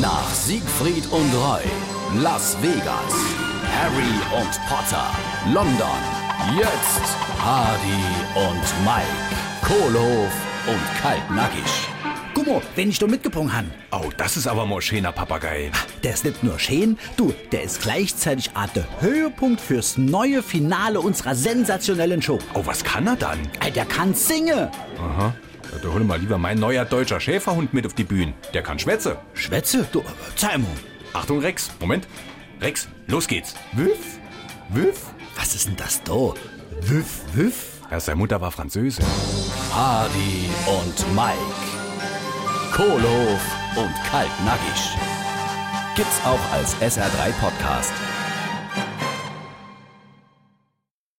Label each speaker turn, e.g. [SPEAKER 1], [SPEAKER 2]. [SPEAKER 1] Nach Siegfried und Roy, Las Vegas, Harry und Potter, London, jetzt Hardy und Mike, Kohlehof und Kaltnackig.
[SPEAKER 2] Guck mal, wenn ich da mitgebrungen han.
[SPEAKER 3] Oh, das ist aber mal schöner Papagei.
[SPEAKER 2] Der ist nicht nur schön, du, der ist gleichzeitig auch der Höhepunkt fürs neue Finale unserer sensationellen Show.
[SPEAKER 3] Oh, was kann er dann?
[SPEAKER 2] Ey, der kann singen.
[SPEAKER 3] Da hol mal lieber mein neuer deutscher Schäferhund mit auf die Bühne. Der kann Schwätze.
[SPEAKER 2] Schwätze, du, zeig mal.
[SPEAKER 3] Achtung, Rex. Moment. Rex, los geht's. Wüff? Wüff?
[SPEAKER 2] Was ist denn das da? Wüff, wüff.
[SPEAKER 3] Ja, seine Mutter war Französin.
[SPEAKER 1] Hardy und Mike, Kohlehof und Kaltnackig. Gibt's auch als SR3 Podcast.